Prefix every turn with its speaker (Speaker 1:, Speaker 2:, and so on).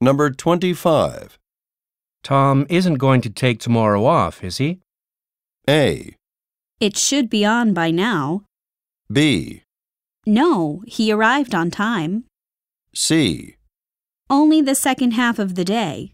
Speaker 1: Number 25.
Speaker 2: Tom isn't going to take tomorrow off, is he?
Speaker 1: A.
Speaker 3: It should be on by now.
Speaker 1: B.
Speaker 3: No, he arrived on time.
Speaker 1: C.
Speaker 3: Only the second half of the day.